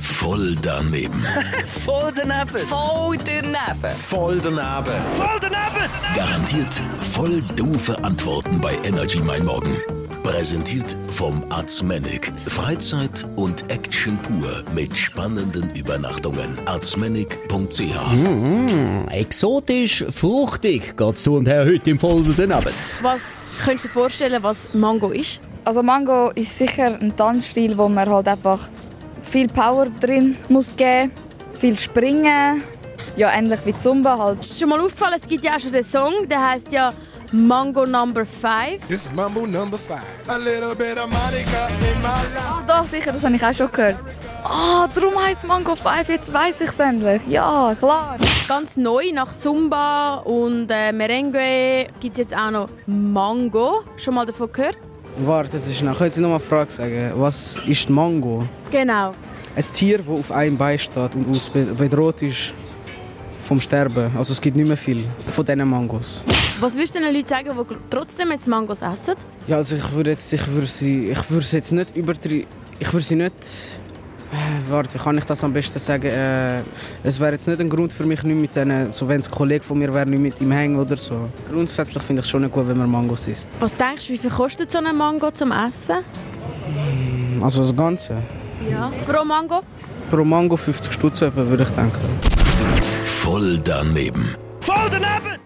Voll daneben. Voll daneben. Voll daneben. Voll daneben. Voll daneben. Garantiert voll doofe Antworten bei Energy Mein Morgen. Präsentiert vom Arzmenig. Freizeit und Action pur mit spannenden Übernachtungen. Arzmenig.ch Exotisch, fruchtig geht's zu und her heute im Voll daneben. Was könntest du dir vorstellen, was Mango ist? Also Mango ist sicher ein Tanzstil, wo man halt einfach viel Power drin muss geben, viel springen, ja ähnlich wie Zumba halt. Ist schon mal aufgefallen, es gibt ja auch schon den Song, der heißt ja Mango Number 5. This is Mambo number five. A little bit of Monica in my life. Doch, Ah, sicher, das habe ich auch schon gehört. Ah, darum heisst Mango 5, jetzt weiß ich es endlich. Ja, klar. Ganz neu nach Zumba und äh, Merengue gibt es jetzt auch noch Mango. Schon mal davon gehört? Warte, das ist noch. Können Sie noch mal eine Frage sagen? Was ist die Mango? Genau. Ein Tier, das auf einem Bein steht und aus bedroht ist vom Sterben. Also es gibt nicht mehr viel von diesen Mangos. Was würdest du den Leuten sagen, die trotzdem jetzt Mangos essen? Ja, also ich würde jetzt, ich würde sie, ich würde sie jetzt nicht übertreiben. Ich würde sie nicht. Äh, Warte, wie kann ich das am besten sagen? Äh, es wäre jetzt nicht ein Grund für mich, nicht mit denen, so wenn es ein Kollege von mir wäre, nicht mit ihm hängen oder so. Grundsätzlich finde ich es schon nicht gut, wenn man Mangos isst. Was denkst du, wie viel kostet so ein Mango zum Essen? Also das Ganze. Ja. Pro Mango? Pro Mango 50 Stutz etwa, würde ich denken. Voll daneben. Voll daneben.